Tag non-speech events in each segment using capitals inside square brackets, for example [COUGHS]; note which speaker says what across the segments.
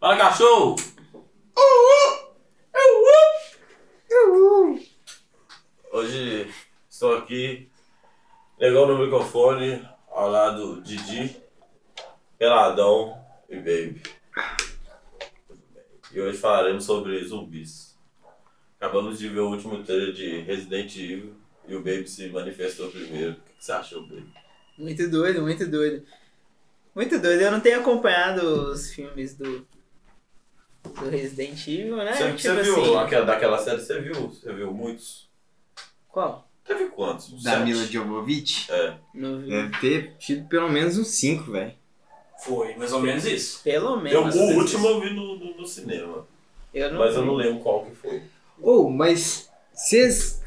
Speaker 1: Fala, cachorro! Hoje estou aqui, legal no microfone, ao lado de Didi, Peladão e Baby. E hoje falaremos sobre zumbis. Acabamos de ver o último trailer de Resident Evil e o Baby se manifestou primeiro. O que você achou, Baby?
Speaker 2: Muito doido, muito doido. Muito doido. Eu não tenho acompanhado os filmes do, do Resident Evil, né?
Speaker 1: Você, você viu aquela, daquela série? Você viu? Você viu muitos?
Speaker 2: Qual?
Speaker 1: Teve quantos? Uns
Speaker 3: Da
Speaker 1: sete?
Speaker 3: Mila Jovovich?
Speaker 1: É.
Speaker 2: No,
Speaker 3: Deve ter tido pelo menos uns 5, velho.
Speaker 4: Foi, mais ou menos isso.
Speaker 2: Pelo
Speaker 1: Eu,
Speaker 3: assim,
Speaker 2: menos.
Speaker 1: o último eu vi no, no- no cinema,
Speaker 2: Eu não,
Speaker 1: mas eu não lembro qual que foi.
Speaker 3: Ou, mas vocês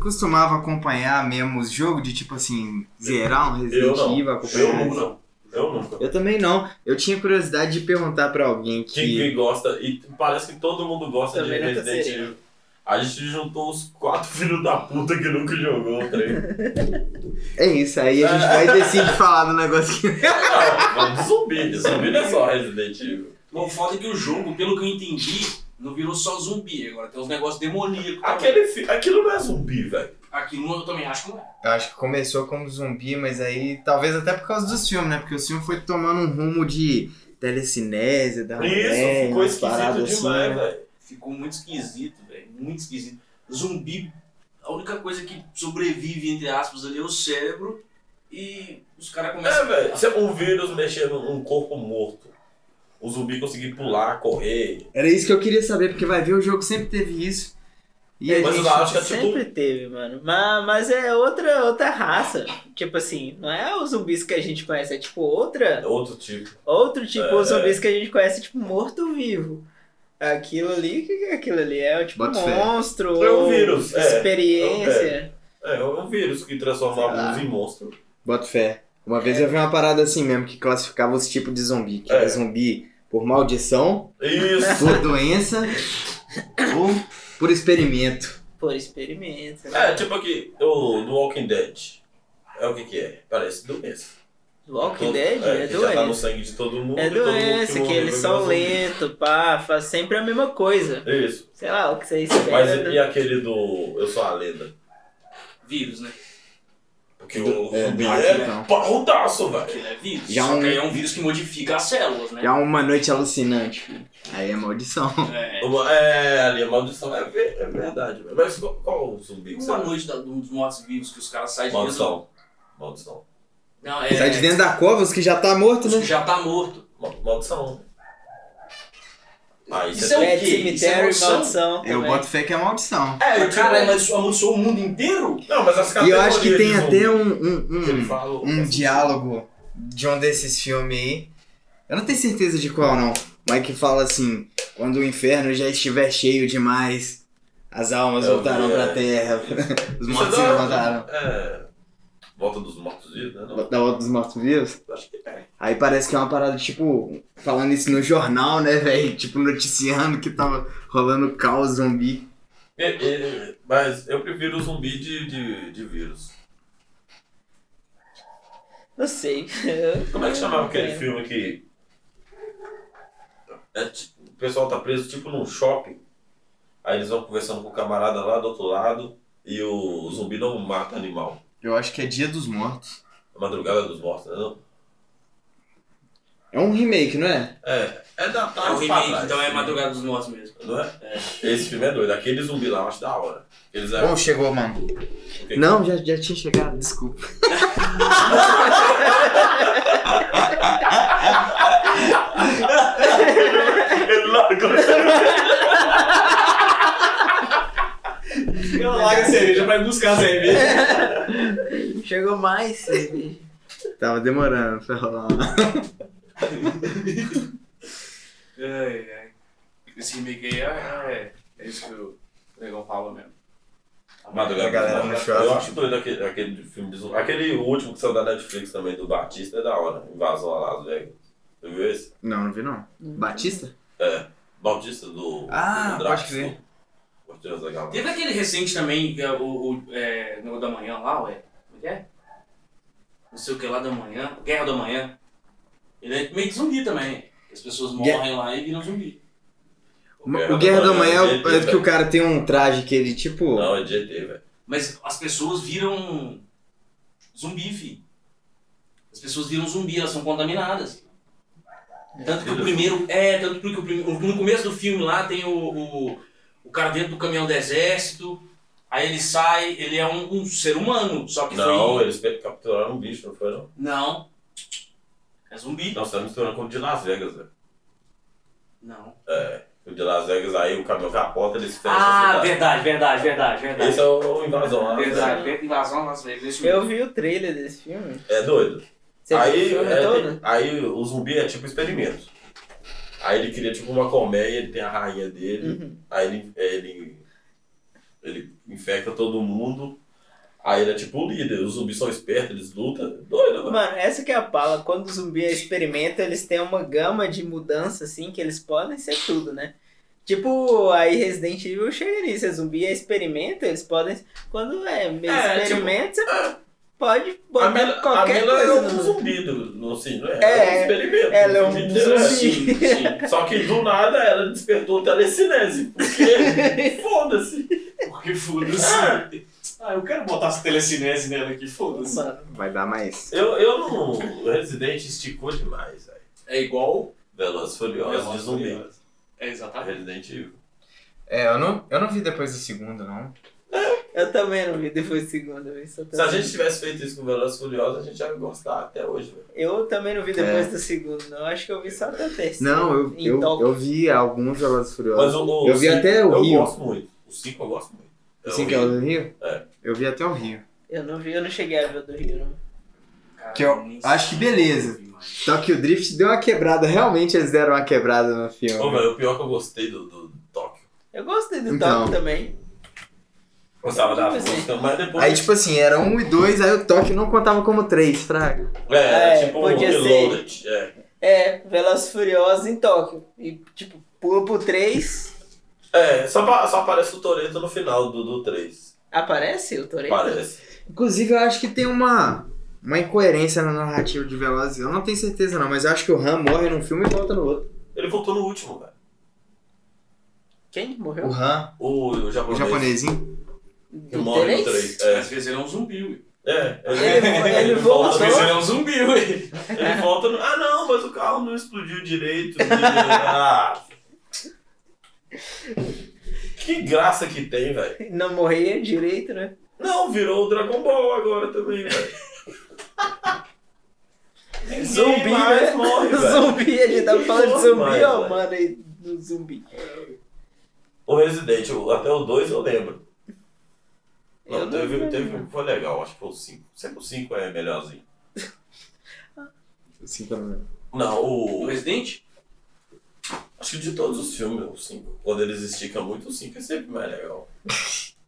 Speaker 3: costumavam acompanhar mesmo os jogos de tipo assim, zerar
Speaker 1: Eu
Speaker 3: um Resident
Speaker 1: não.
Speaker 3: Evil,
Speaker 1: Eu
Speaker 3: acompanhar?
Speaker 1: não, não. Eu nunca.
Speaker 3: Eu também não. Eu tinha curiosidade de perguntar pra alguém
Speaker 1: Quem
Speaker 3: que.
Speaker 1: que gosta, e parece que todo mundo gosta
Speaker 2: Também
Speaker 1: de
Speaker 2: nunca
Speaker 1: Resident
Speaker 2: serei.
Speaker 1: Evil. A gente juntou os quatro [LAUGHS] filhos da puta que nunca jogou o
Speaker 3: [LAUGHS]
Speaker 1: trem.
Speaker 3: É isso, aí a gente
Speaker 1: [LAUGHS]
Speaker 3: vai decidir falar do negócio que.
Speaker 1: Não, Vamos de zumbi, de zumbi não é só Resident Evil.
Speaker 4: O foda é que o jogo, pelo que eu entendi, não virou só zumbi agora. Tem uns negócios demoníacos. também.
Speaker 1: Aquele, fi- aquilo não é zumbi, velho.
Speaker 4: Aquilo eu também acho que não é.
Speaker 3: Eu acho que começou como zumbi, mas aí talvez até por causa dos filmes, né? Porque o filme foi tomando um rumo de telecinésia, da
Speaker 1: Isso,
Speaker 3: mulher,
Speaker 1: ficou
Speaker 3: é, umas paradas
Speaker 1: esquisito
Speaker 3: assim,
Speaker 1: demais,
Speaker 3: né?
Speaker 1: velho.
Speaker 4: Ficou muito esquisito, velho. Muito esquisito. Zumbi, a única coisa que sobrevive, entre aspas, ali é o cérebro. E os caras
Speaker 1: É,
Speaker 4: começam
Speaker 1: velho. Você um vírus mexendo num corpo morto. O zumbi conseguir pular, correr.
Speaker 3: Era isso que eu queria saber, porque vai ver, o jogo sempre teve isso. E a
Speaker 1: Mas
Speaker 3: gente...
Speaker 1: eu acho que é tipo.
Speaker 2: Sempre teve, mano. Mas, mas é outra, outra raça. Tipo assim, não é os zumbis que a gente conhece, é tipo outra.
Speaker 1: Outro tipo.
Speaker 2: Outro tipo,
Speaker 1: É.
Speaker 2: os zumbis que a gente conhece, tipo morto-vivo. Aquilo ali, o que que é aquilo ali? É tipo
Speaker 3: Bota fé.
Speaker 2: monstro.
Speaker 1: É um
Speaker 2: ou
Speaker 1: vírus, é.
Speaker 2: Experiência.
Speaker 1: É, é um vírus que
Speaker 2: Sei
Speaker 1: transforma
Speaker 2: lá.
Speaker 1: alguns em monstro.
Speaker 3: Bota fé. Uma vez eu vi uma parada assim mesmo, que classificava os tipos de zumbi. Que
Speaker 1: É.
Speaker 3: era zumbi por maldição,
Speaker 2: [LAUGHS]
Speaker 1: Isso.
Speaker 3: por doença ou por experimento.
Speaker 2: Por experimento. né?
Speaker 1: É, tipo aqui, o do Walking Dead. É o que que é? Parece doença.
Speaker 2: Walking
Speaker 1: Todo-
Speaker 2: Dead é,
Speaker 1: que Já tá no
Speaker 2: doença.
Speaker 1: sangue de todo mundo.
Speaker 2: É
Speaker 1: e todo mundo
Speaker 2: doença, que
Speaker 1: morre
Speaker 2: eles
Speaker 1: vai
Speaker 2: são
Speaker 1: virar zumbi.
Speaker 2: lentos, pá, faz sempre a mesma coisa.
Speaker 1: Isso.
Speaker 2: Sei lá, o que você espera.
Speaker 1: Mas
Speaker 2: do-
Speaker 1: e aquele do Eu Sou a Lenda?
Speaker 4: vírus, né?
Speaker 1: Porque o
Speaker 3: É,
Speaker 1: zumbi
Speaker 3: doença,
Speaker 1: é
Speaker 3: então.
Speaker 1: parrudaço, velho.
Speaker 4: Aquilo é vírus.
Speaker 3: Já
Speaker 4: Só
Speaker 3: um-
Speaker 4: que aí é um vírus que modifica as células, né?
Speaker 3: Já É uma noite alucinante. filho. Aí é maldição.
Speaker 4: É.
Speaker 1: Uma- É, ali, a maldição é, ve- é verdade, velho. Mas qual, qual o zumbi que você
Speaker 4: Uma
Speaker 1: acha?
Speaker 4: noite da- um dos mortos vivos que os caras saem de dentro.
Speaker 1: Maldição. Maldição.
Speaker 4: Não, é.
Speaker 3: Sai de dentro da cova, os que já tá morto, né?
Speaker 4: Já tá morto.
Speaker 1: Ma- Maldição. Ah, Aí
Speaker 4: Isso
Speaker 1: você
Speaker 4: é o
Speaker 1: tem
Speaker 2: Pet
Speaker 4: quê?
Speaker 2: cemitério,
Speaker 4: Isso é maldição?
Speaker 2: maldição.
Speaker 3: Eu
Speaker 2: também.
Speaker 3: boto fé que é maldição.
Speaker 4: É,
Speaker 1: tipo-
Speaker 4: cara, mas amaldiçoou o mundo inteiro?
Speaker 1: Não, mas as
Speaker 3: E eu
Speaker 1: categorias
Speaker 3: acho que tem
Speaker 1: de
Speaker 3: até
Speaker 1: zumbi
Speaker 3: um- um-
Speaker 1: que ele
Speaker 3: um
Speaker 1: falou,
Speaker 3: um
Speaker 1: essas-
Speaker 3: diálogo de um desses filmes aí. Eu não tenho certeza de qual, não. Mas que fala assim: quando o inferno já estiver cheio demais, as almas
Speaker 1: Eu
Speaker 3: voltarão
Speaker 1: vi,
Speaker 3: pra
Speaker 1: é.
Speaker 3: terra. Os
Speaker 1: Isso
Speaker 3: mortos se
Speaker 1: é da-
Speaker 3: levantaram.
Speaker 1: É. Volta dos mortos vivos, né? Não,
Speaker 3: Da volta dos mortos-vivos?
Speaker 1: acho que é.
Speaker 3: Aí parece que é uma parada, tipo, falando isso no jornal, né, velho? Tipo, noticiando que tava rolando caos zumbi.
Speaker 1: É, é, é, Mas eu prefiro o zumbi de, de, de vírus.
Speaker 2: Não sei. [LAUGHS]
Speaker 1: Como é que
Speaker 4: Ah,
Speaker 1: chamava aquele filme que. é ti- o pessoal tá preso tipo num shopping. Aí eles vão conversando com o camarada lá do outro lado. E o zumbi não mata animal.
Speaker 3: Eu acho que é Dia dos Mortos.
Speaker 1: A madrugada dos mortos, né? Não?
Speaker 3: É um remake, não é?
Speaker 1: É. É da tarde.
Speaker 4: É o
Speaker 1: pra
Speaker 4: remake,
Speaker 1: trás.
Speaker 4: então é Madrugada dos Mortos mesmo.
Speaker 1: Não é? Esse filme é doido. Aquele zumbi lá eu acho da hora. Eles eram.
Speaker 4: [LAUGHS]
Speaker 3: Ou chegou, mano?
Speaker 1: o que que-
Speaker 3: Não, já, já tinha chegado, desculpa.
Speaker 1: Ele largou.
Speaker 4: Eu largo a cerveja pra ir buscar a cerveja.
Speaker 2: Chegou mais. cerveja.
Speaker 3: Tava demorando pra rolar.
Speaker 4: Ai, ai. Esse remake aí é, é, é isso que o Negão fala mesmo.
Speaker 1: Madrugada
Speaker 3: A galera
Speaker 1: dos
Speaker 3: no
Speaker 1: Mortos.
Speaker 3: shopping.
Speaker 1: Eu acho doido aquele, aquele de filme de zumbi. Aquele último que saiu da Netflix também, do Batista, é da hora. Invasão a Las Vegas. Você viu esse?
Speaker 3: Não, não vi não. Batista?
Speaker 1: É. Bautista do.
Speaker 3: Ah,
Speaker 1: do
Speaker 3: pode crer.
Speaker 1: Guardiões da Galáxia.
Speaker 4: Teve aquele recente também, que é o, o é, Negócio da Manhã lá, ué. Como é que é? Não sei o que lá da manhã. Guerra da Manhã. Ele é meio que zumbi também. As pessoas morrem lá e viram zumbi.
Speaker 3: O Guerra da Manhã é o- é que
Speaker 1: que
Speaker 3: o cara tem um traje que ele, tipo.
Speaker 1: Não, é GT, velho.
Speaker 4: Mas as pessoas viram zumbi, fi. As pessoas viram zumbi, elas são contaminadas. Tanto que o primeiro. É, tanto porque o primeiro. No começo do filme lá tem o, o, o cara dentro do caminhão do exército. Aí ele sai, ele é um, um ser humano, só que
Speaker 1: Não, é-
Speaker 4: foi.
Speaker 1: eles pe- capturaram um bicho, não foi não?
Speaker 4: Não. É zumbi.
Speaker 1: Não, você tá misturando com o de Las Vegas, velho.
Speaker 4: Não.
Speaker 1: O de Las Vegas aí, o caminhão capota, eles fecham
Speaker 4: Ah,
Speaker 1: a cidade.
Speaker 4: verdade, verdade, verdade, verdade.
Speaker 1: Esse é o, o invasão lá. né?
Speaker 4: Verdade, perto de invasão, Las Vegas, deixa eu
Speaker 2: Eu vi o trailer desse filme.
Speaker 1: É doido.
Speaker 2: Você viu o
Speaker 1: aí,
Speaker 2: filme então, né?
Speaker 1: é,
Speaker 2: todo?
Speaker 1: tem- aí o zumbi é tipo experimento. Aí ele cria tipo uma colmeia, ele tem a rainha dele,
Speaker 2: Uhum.
Speaker 1: aí ele, é, ele, ele infecta todo mundo. Aí ele é tipo o líder, os zumbis são espertos, eles lutam. Doido, mano.
Speaker 2: Mano, essa que é a pala. Quando o zumbi experimenta, eles têm uma gama de mudança, assim, que eles podem ser tudo, né? Tipo, aí Resident Evil chega nisso. É zumbi, é experimento, eles podem... Quando é meio
Speaker 1: É,
Speaker 2: experimento, você pode
Speaker 1: A
Speaker 2: botar
Speaker 1: Mila, a
Speaker 2: qualquer
Speaker 1: Mila
Speaker 2: coisa
Speaker 1: é
Speaker 2: no
Speaker 1: um
Speaker 2: zumbi.
Speaker 1: zumbi, do, no, assim, não é?
Speaker 2: É,
Speaker 1: um experimento.
Speaker 2: ela é um
Speaker 1: zumbi
Speaker 4: ver.
Speaker 1: inteiro.
Speaker 2: zumbi.
Speaker 4: Sim, sim.
Speaker 1: Só que do nada ela despertou telecinese.
Speaker 2: [LAUGHS]
Speaker 1: Porque foda-se.
Speaker 4: Porque foda-se. Ah, eu quero botar essa telecinese nela aqui, foda-se.
Speaker 2: Mano,
Speaker 3: Vai dar mais.
Speaker 1: Eu, eu não. O Resident esticou demais, velho.
Speaker 4: É igual
Speaker 1: Velozes e Furiosos de zumbi.
Speaker 4: É exatamente.
Speaker 1: Resident Evil.
Speaker 3: É, eu não, eu não vi depois do segundo, não.
Speaker 2: eu também não vi depois da segunda vez. só
Speaker 1: Se a
Speaker 2: também.
Speaker 1: gente tivesse feito isso com Velozes e Furiosos, a gente ia gostar até hoje, velho.
Speaker 2: Eu também não vi depois do segundo, não. Acho que eu vi só da terceira.
Speaker 3: É. Não, eu,
Speaker 2: Em
Speaker 3: eu,
Speaker 2: Tóquio.
Speaker 3: eu vi alguns Velozes e Furiosos.
Speaker 1: Mas o, o
Speaker 3: Eu vi
Speaker 1: cinco
Speaker 3: até o
Speaker 1: eu
Speaker 3: Rio.
Speaker 1: gosto muito. O 5 eu gosto muito. É
Speaker 3: Assim
Speaker 1: o
Speaker 3: que é o
Speaker 1: Rio.
Speaker 3: do Rio?
Speaker 1: É.
Speaker 3: Eu vi até o Rio.
Speaker 2: Eu não vi, eu não cheguei a ver o do Rio, não.
Speaker 4: Cara,
Speaker 3: Que eu
Speaker 4: nem
Speaker 3: acho
Speaker 4: sei.
Speaker 3: que beleza. Tóquio Drift deu uma quebrada, realmente eles deram uma quebrada no filme.
Speaker 1: Ô, velho, o pior é que eu gostei do, do, do Tóquio.
Speaker 2: Eu gostei do
Speaker 3: Então.
Speaker 2: Tóquio também.
Speaker 1: Gostava da
Speaker 2: Sim.
Speaker 1: música, mas depois.
Speaker 3: Aí, tipo assim, era um e dois, aí o Tóquio não contava como três, fraga.
Speaker 1: é, era
Speaker 2: é,
Speaker 1: tipo
Speaker 2: podia
Speaker 1: um reloaded. É.
Speaker 2: É, Velas Furiosas em Tóquio. E, tipo, pula pro 3.
Speaker 1: É, só, pa- só aparece o Toreto no final do, do 3.
Speaker 2: Aparece o Toreto?
Speaker 1: Parece.
Speaker 3: Inclusive, eu acho que tem uma, uma incoerência na narrativa de Velozes. Eu não tenho certeza, não, mas eu acho que o Ram morre num filme e volta no outro.
Speaker 1: Ele voltou no último, velho.
Speaker 2: Quem que
Speaker 3: O
Speaker 2: morreu?
Speaker 3: Ram,
Speaker 1: O, o
Speaker 3: o
Speaker 1: japonês.
Speaker 3: japonesinho.
Speaker 1: Que
Speaker 2: Do
Speaker 1: morre no
Speaker 2: 3?
Speaker 1: 3. É.
Speaker 4: Às vezes ele é um zumbi, ui.
Speaker 1: É,
Speaker 2: Ele- ele
Speaker 4: Às
Speaker 2: voltou?
Speaker 4: vezes ele é um zumbi, ui.
Speaker 2: É.
Speaker 1: Ele volta no. Ah, não, mas o carro não explodiu direito. Ah. [LAUGHS] Que graça que tem, velho.
Speaker 2: [LAUGHS] Não morria direito, né?
Speaker 1: Não, virou o Dragon Ball agora também, velho. Ninguém
Speaker 2: Zumbi,
Speaker 1: mais
Speaker 2: né? [LAUGHS]
Speaker 1: morre, velho.
Speaker 2: zumbi, a gente tava
Speaker 1: Ninguém
Speaker 2: falando de
Speaker 1: morre
Speaker 2: zumbi,
Speaker 1: mais,
Speaker 2: ó,
Speaker 1: velho.
Speaker 2: mano, aí do zumbi.
Speaker 1: O Resident, o- até o 2 eu lembro. Não,
Speaker 2: Eu não
Speaker 1: teve,
Speaker 2: lembro. né?
Speaker 1: teve um que foi legal, acho que foi o 5. Sempre o 5 é melhorzinho.
Speaker 3: Assim, pelo menos.
Speaker 1: Não,
Speaker 4: O
Speaker 1: o.
Speaker 4: Resident?
Speaker 1: Acho que de todos os filmes, o 5. Quando eles esticam muito, o 5 é sempre mais legal.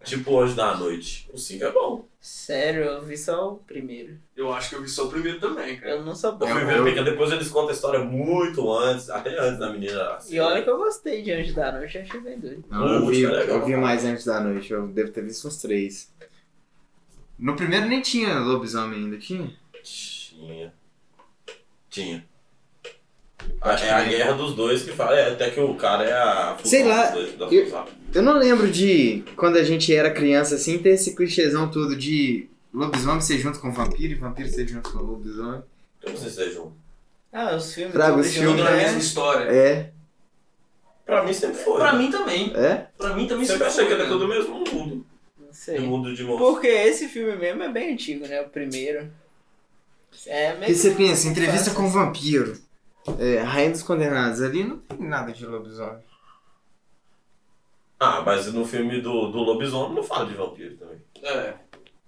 Speaker 1: tipo Hoje da Noite. O 5 é bom.
Speaker 2: Sério, eu vi só o primeiro.
Speaker 4: Eu acho que eu vi só o primeiro também, cara.
Speaker 2: Eu não sou
Speaker 1: Eu
Speaker 2: É bom.
Speaker 1: fui ver porque depois eles contam a história muito antes, até antes da menina.
Speaker 2: E olha que eu gostei de Anjo da Noite, achei bem doido.
Speaker 3: Não, eu,
Speaker 1: Puxa, é
Speaker 3: vi,
Speaker 1: legal.
Speaker 3: eu vi mais antes da noite, eu devo ter visto uns três. No primeiro nem tinha lobisomem ainda, tinha?
Speaker 1: Tinha. Tinha. A- é a guerra dos dois que fala. É, até que o cara é a. fusão
Speaker 3: Sei lá,
Speaker 1: dos dois, da
Speaker 3: eu-
Speaker 1: fusão.
Speaker 3: Eu não lembro de quando a gente era criança assim, ter esse clichêzão todo de lobisomem ser junto com vampiro e vampiro ser junto com lobisomem.
Speaker 1: Eu não sei se é junto.
Speaker 2: Ah, os filmes
Speaker 3: Traga
Speaker 2: tudo
Speaker 3: os
Speaker 2: junto,
Speaker 4: Tudo
Speaker 3: filmes,
Speaker 4: na
Speaker 2: né?
Speaker 4: mesma história.
Speaker 3: É,
Speaker 1: Pra mim sempre foi.
Speaker 4: Pra mim também.
Speaker 3: é?
Speaker 4: Pra mim também
Speaker 1: sempre
Speaker 4: sempre
Speaker 1: achei que
Speaker 4: foi,
Speaker 1: era
Speaker 4: né? cara.
Speaker 1: todo o mesmo mundo.
Speaker 2: Não
Speaker 1: Do
Speaker 2: sei.
Speaker 1: mundo de monstros.
Speaker 2: Porque esse filme mesmo é bem antigo, né? O primeiro. É
Speaker 3: Porque
Speaker 2: meio.
Speaker 3: você pensa, entrevista com vampiro, é, Rainha dos Condenados, ali não tem nada de lobisomem.
Speaker 1: Ah, mas no filme do, do lobisomem não fala de vampiro também.
Speaker 4: É.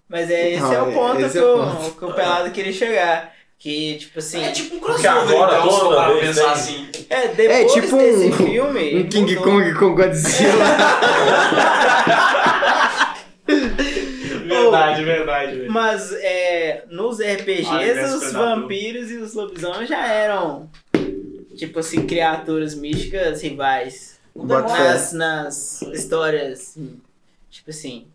Speaker 2: Mas é, esse
Speaker 3: Não,
Speaker 2: é o
Speaker 3: é-
Speaker 2: ponto
Speaker 3: esse
Speaker 2: que,
Speaker 3: é o
Speaker 2: o, [LAUGHS] que o Pelado queria chegar. Que, tipo assim.
Speaker 4: É tipo um
Speaker 1: Porque
Speaker 4: crossover,
Speaker 1: agora,
Speaker 4: então, se
Speaker 1: toda
Speaker 4: for parar pra
Speaker 1: vez,
Speaker 4: pensar
Speaker 1: né?
Speaker 4: assim.
Speaker 2: É, depois
Speaker 3: É, tipo
Speaker 2: desse
Speaker 3: um-
Speaker 2: filme.
Speaker 3: Um King
Speaker 2: mudou.
Speaker 3: Kong com [LAUGHS] Godzilla.
Speaker 2: Verdade,
Speaker 4: verdade, velho.
Speaker 2: Mas é, nos RPGs,
Speaker 4: Alien vs
Speaker 2: os
Speaker 4: Predador.
Speaker 2: vampiros e os lobisomens já eram, tipo assim, criaturas místicas rivais.
Speaker 3: Bota
Speaker 2: Nas, nas histórias, tipo assim.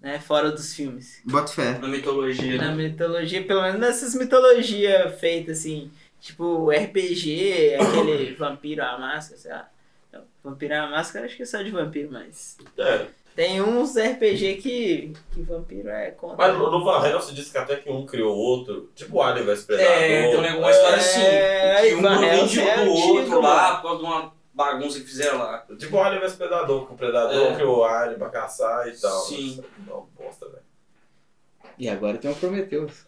Speaker 2: Né, fora dos filmes.
Speaker 3: Boto fé.
Speaker 4: Na mitologia,
Speaker 2: Na
Speaker 4: né?
Speaker 2: mitologia, pelo menos nessas mitologias feitas assim, Tipo, RPG,
Speaker 4: [COUGHS]
Speaker 2: aquele Vampiro à Máscara, sei lá. Não, Vampiro à Máscara, acho que é só de vampiro, mas.
Speaker 1: É,
Speaker 2: Tem uns RPG que, que vampiro é contra.
Speaker 1: mas no, no Van Helsing diz que até que um criou o outro, tipo o Alien vs Predador. né?
Speaker 4: É, tem um negócio história assim.
Speaker 2: É,
Speaker 4: que um
Speaker 2: Van Helsing
Speaker 4: providiu
Speaker 2: é
Speaker 4: do
Speaker 2: antigo,
Speaker 4: outro lá por causa de uma bagunça que fizeram lá.
Speaker 1: Tipo o Alien vs Predador, que o Predador
Speaker 4: É.
Speaker 1: criou o Alien pra caçar e tal.
Speaker 4: Sim.
Speaker 1: Não, bosta, velho.
Speaker 3: E agora tem o Prometheus.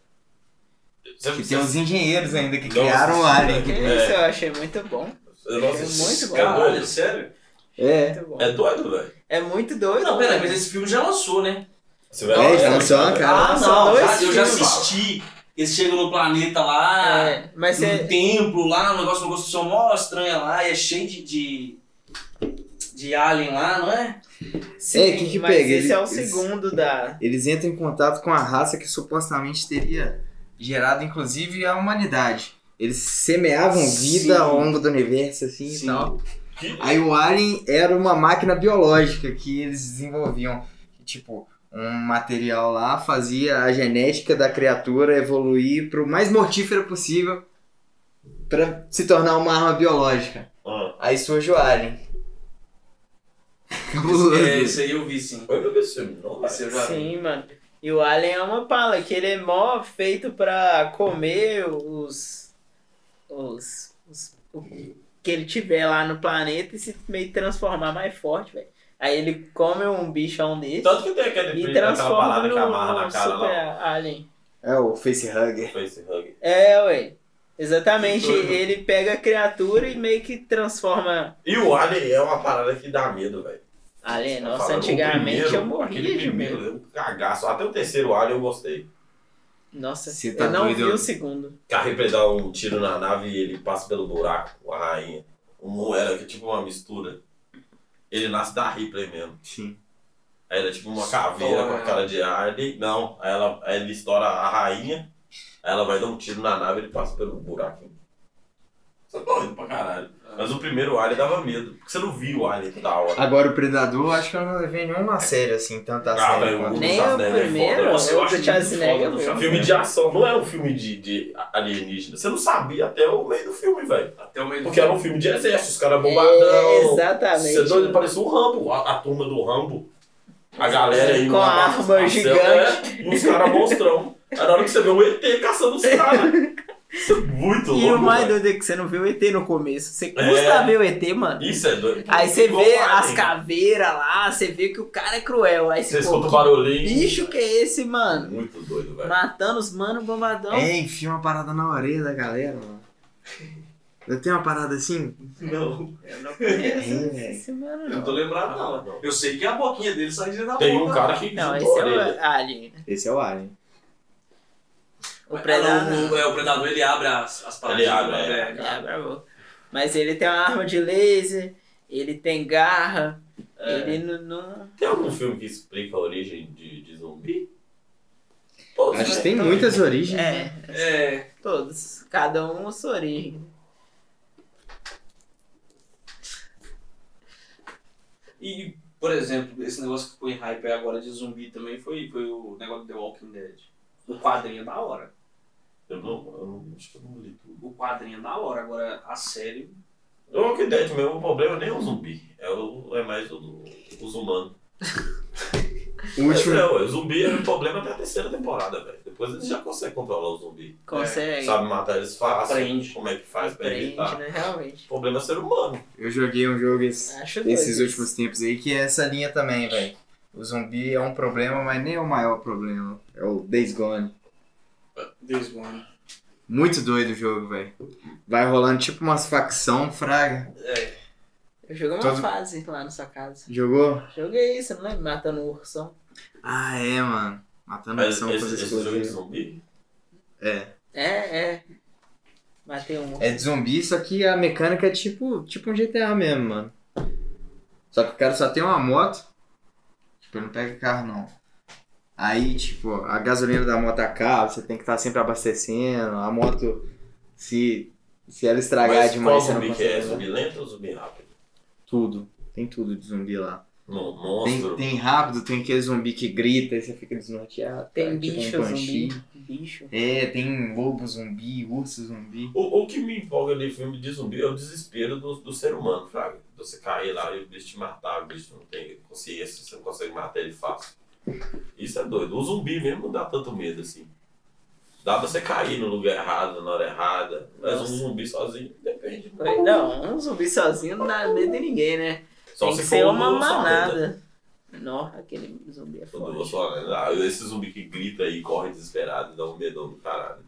Speaker 1: Você-
Speaker 3: Que
Speaker 1: você-
Speaker 3: tem os engenheiros ainda que
Speaker 1: Nossa,
Speaker 3: criaram o Alien.
Speaker 2: Que
Speaker 1: É.
Speaker 2: Isso eu achei muito bom.
Speaker 1: Eu não assisti.
Speaker 2: É muito bom.
Speaker 1: É
Speaker 4: Caralho,
Speaker 1: doido.
Speaker 4: sério?
Speaker 3: É.
Speaker 2: Muito bom.
Speaker 1: É doido, velho.
Speaker 2: É muito doido.
Speaker 4: Não, peraí,
Speaker 2: né?
Speaker 4: mas esse filme já lançou, né?
Speaker 1: Você vai
Speaker 3: É,
Speaker 1: lá,
Speaker 3: já
Speaker 1: né?
Speaker 3: lançou uma cara.
Speaker 4: Ah,
Speaker 2: São
Speaker 4: não,
Speaker 2: dois
Speaker 4: já- eu já
Speaker 2: filmes.
Speaker 4: assisti. Eles chegam no planeta lá,
Speaker 2: É, mas
Speaker 4: tem um
Speaker 2: você.
Speaker 4: templo lá, um negócio, uma construção mó estranha lá, e é cheio de, de, de alien lá, não é?
Speaker 2: Sim,
Speaker 3: É, que que
Speaker 2: mas
Speaker 3: pega?
Speaker 2: esse é o
Speaker 3: Ele-
Speaker 2: segundo da.
Speaker 3: Eles entram em contato com a raça que supostamente teria gerado, inclusive, a humanidade. Eles semeavam vida
Speaker 4: Sim.
Speaker 3: ao longo do universo, assim e
Speaker 4: Sim.
Speaker 3: tal.
Speaker 1: Que-
Speaker 3: Aí o Alien era uma máquina biológica que eles desenvolviam. Que, Tipo, um material lá fazia a genética da criatura evoluir para o mais mortífera possível para se tornar uma arma biológica.
Speaker 1: Ah.
Speaker 3: Aí surge o Alien. Cabuloso.
Speaker 4: [LAUGHS] É, isso aí eu vi sim.
Speaker 1: Eu nunca vi esse filme, não,
Speaker 4: Esse eu
Speaker 1: velho.
Speaker 4: já vi.
Speaker 2: Sim, mano. E o Alien é uma pala, que ele é mó feito pra comer os. os. os- o que ele tiver lá no planeta e se meio transformar mais forte, velho. Aí ele come um bichão desse
Speaker 1: Tanto que tem aquele
Speaker 2: e
Speaker 1: print, aquela
Speaker 2: transforma
Speaker 1: parada
Speaker 2: no,
Speaker 1: que amarra na
Speaker 2: no
Speaker 1: cara lá.
Speaker 2: super Alien.
Speaker 3: É o facehugger.
Speaker 1: Face hug.
Speaker 2: É, ué. Exatamente,
Speaker 1: Que doido.
Speaker 2: ele pega a criatura e meio que transforma.
Speaker 1: E o Alien é uma parada que dá medo, velho.
Speaker 2: Alien,
Speaker 1: Tá
Speaker 2: nossa,
Speaker 1: falando, o
Speaker 2: antigamente
Speaker 1: primeiro,
Speaker 2: eu morria
Speaker 1: aquele
Speaker 2: de medo.
Speaker 1: primeiro, eu Cagaço. Até o terceiro Alien eu gostei.
Speaker 2: Nossa,
Speaker 3: Você tá
Speaker 2: eu não
Speaker 3: doido,
Speaker 2: vi
Speaker 3: eu-
Speaker 2: o segundo.
Speaker 1: Carrei pra ele dar um tiro na nave e ele passa pelo buraco, a rainha. Um era que tipo uma mistura. Ele nasce da Ripley mesmo.
Speaker 3: Sim.
Speaker 1: Aí era tipo uma caveira com a cara de Alien. Não, aí, ela, aí ele estoura a rainha. Aí ela vai dar um tiro na nave e ele passa pelo buraco. Você é doido pra caralho. Mas o primeiro Alien dava medo. Porque você não viu o Alien toda hora.
Speaker 3: Agora o Predador, acho que eu não levei nenhuma série assim, tanta
Speaker 1: Ah,
Speaker 3: série
Speaker 1: velho,
Speaker 3: quanto.
Speaker 1: o
Speaker 2: Nem o
Speaker 1: Schwarzenegger é
Speaker 2: primeiro,
Speaker 1: foda. Nossa, eu
Speaker 2: o
Speaker 1: acho
Speaker 2: do
Speaker 1: muito
Speaker 2: Schwarzenegger,
Speaker 1: foda do
Speaker 2: meu.
Speaker 1: Schwarzenegger. filme de ação, não era um filme de, de alienígena. Você não sabia até o meio do filme, velho.
Speaker 4: Até o meio do
Speaker 1: Porque era um
Speaker 4: filme.
Speaker 1: filme de exército, os caras
Speaker 2: É,
Speaker 1: bombadão.
Speaker 2: exatamente.
Speaker 1: Você doido, parecia o Rambo, a, a turma do Rambo. A galera aí
Speaker 2: Com
Speaker 1: uma
Speaker 2: a
Speaker 1: barra
Speaker 2: arma
Speaker 1: espacial, é,
Speaker 2: gigante.
Speaker 1: e os caras monstrão. Aí na hora que você vê um ET caçando os caras. Isso é muito louco.
Speaker 2: E o mais
Speaker 1: velho.
Speaker 2: doido é que você não viu o ET no começo. Você custa
Speaker 1: É.
Speaker 2: ver o ET, mano.
Speaker 1: Isso é doido.
Speaker 2: Aí você
Speaker 1: Igual
Speaker 2: vê
Speaker 1: o Alien.
Speaker 2: as caveiras lá, você vê que o cara é cruel. Aí
Speaker 1: Você
Speaker 2: você
Speaker 1: escuta o
Speaker 2: pô, que
Speaker 1: barulhinho.
Speaker 2: bicho que é esse, mano?
Speaker 1: Muito doido, velho.
Speaker 2: Matando os mano bombadão.
Speaker 3: É, enfia uma parada na orelha da galera, mano. Eu tenho uma parada assim?
Speaker 1: um-
Speaker 4: Não,
Speaker 2: Eu não
Speaker 3: É,
Speaker 2: conheço
Speaker 3: velho.
Speaker 2: esse mano,
Speaker 4: eu não
Speaker 2: não.
Speaker 4: tô lembrado não. Eu sei que é a boquinha dele sai de da
Speaker 1: Tem um
Speaker 4: boca.
Speaker 1: cara que
Speaker 2: tá Não,
Speaker 1: juntou
Speaker 2: esse
Speaker 1: a orelha.
Speaker 2: é o Alien.
Speaker 3: Esse é o Alien.
Speaker 2: O
Speaker 4: Ah,
Speaker 2: predador.
Speaker 4: não, o- é, o predador ele abre as, as paradas.
Speaker 1: Ele abre,
Speaker 4: né?
Speaker 1: é.
Speaker 2: Ele abre a boca. Mas ele tem uma arma de laser, ele tem garra,
Speaker 1: É.
Speaker 2: ele não- não.
Speaker 1: Tem algum filme que explica a origem de, de zumbi? Pô,
Speaker 3: Acho que
Speaker 1: né?
Speaker 3: tem muitas origens.
Speaker 2: É,
Speaker 4: É,
Speaker 2: todos. Cada um a sua origem.
Speaker 4: E, por exemplo, esse negócio que ficou em hype aí agora de zumbi também foi, foi o negócio do The Walking Dead. O quadrinho é da hora.
Speaker 1: Eu não, eu não, acho que eu não li tudo.
Speaker 4: O quadrinho é da hora. Agora, a série.
Speaker 1: O Walking Dead mesmo, o problema nem é o zumbi. É, o, é mais o, do- os humanos.
Speaker 3: O último.
Speaker 1: É, o zumbi era o problema até a terceira temporada, velho. Depois eles já conseguem controlar o zumbi.
Speaker 2: Consegue.
Speaker 1: É, Sabe matar eles fácil.
Speaker 4: Aprende.
Speaker 1: Como é que faz pra
Speaker 2: É, Prende,
Speaker 1: evitar.
Speaker 2: né? Realmente.
Speaker 1: O problema é ser humano.
Speaker 3: Eu joguei um jogo esse-
Speaker 2: Acho doido.
Speaker 3: esses últimos tempos aí que é essa linha também, velho. O zumbi é um problema, mas nem é o maior problema. É o Days Gone.
Speaker 4: Deus Gone.
Speaker 3: Muito doido o jogo, velho. Vai rolando tipo umas facção, fraga.
Speaker 4: É.
Speaker 2: Eu joguei uma
Speaker 3: Todo-
Speaker 2: fase lá na sua casa.
Speaker 3: Jogou?
Speaker 2: Joguei isso, não lembro? Matando um o ursão.
Speaker 3: Ah, é, mano. Matando
Speaker 1: Mas
Speaker 3: ação com
Speaker 1: esse,
Speaker 3: as
Speaker 1: esse jogo de
Speaker 3: explosivas.
Speaker 1: zumbi.
Speaker 3: É.
Speaker 2: É, é. Matei um urso.
Speaker 3: É de zumbi, só que a mecânica é tipo, tipo um GTA mesmo, mano. Só que o cara só tem uma moto. Tipo, ele não pega carro, não. Aí, tipo, a gasolina da moto acaba, você tem que estar sempre abastecendo. A moto, se, se ela estragar
Speaker 1: Mas
Speaker 3: demais,
Speaker 1: qual
Speaker 3: você não né?
Speaker 1: zumbi que
Speaker 3: consegue.
Speaker 1: é?
Speaker 3: andar.
Speaker 1: Zumbi lento ou zumbi rápido?
Speaker 3: Tudo. Tem tudo de zumbi lá.
Speaker 1: Não,
Speaker 3: Tem,
Speaker 1: monstro.
Speaker 3: tem rápido, tem aquele zumbi que grita e você fica desnorteado.
Speaker 2: Tem
Speaker 3: cara, tipo um
Speaker 2: bicho zumbi.
Speaker 3: banshee.
Speaker 2: Bicho.
Speaker 3: É, tem lobo zumbi, urso zumbi.
Speaker 1: O, o que me empolga ali filme de zumbi é o desespero do, do ser humano, Fraga. Você cair lá e o bicho te matar, o bicho não tem consciência, você não consegue matar ele fácil. Isso é doido. O zumbi mesmo não dá tanto medo assim. Dá pra você cair no lugar errado, na hora errada. Mas um
Speaker 2: Nossa.
Speaker 1: zumbi sozinho depende. né?
Speaker 2: Não, um zumbi sozinho não dá medo de ninguém, né? Tem que ser
Speaker 1: for um
Speaker 2: uma
Speaker 1: o Sorrento.
Speaker 2: manada.
Speaker 1: né?
Speaker 2: Nossa, aquele zumbi é
Speaker 1: O do
Speaker 2: forte.
Speaker 1: Bolsonaro. Ah, Esse zumbi que grita e corre desesperado, dá um medão do caralho.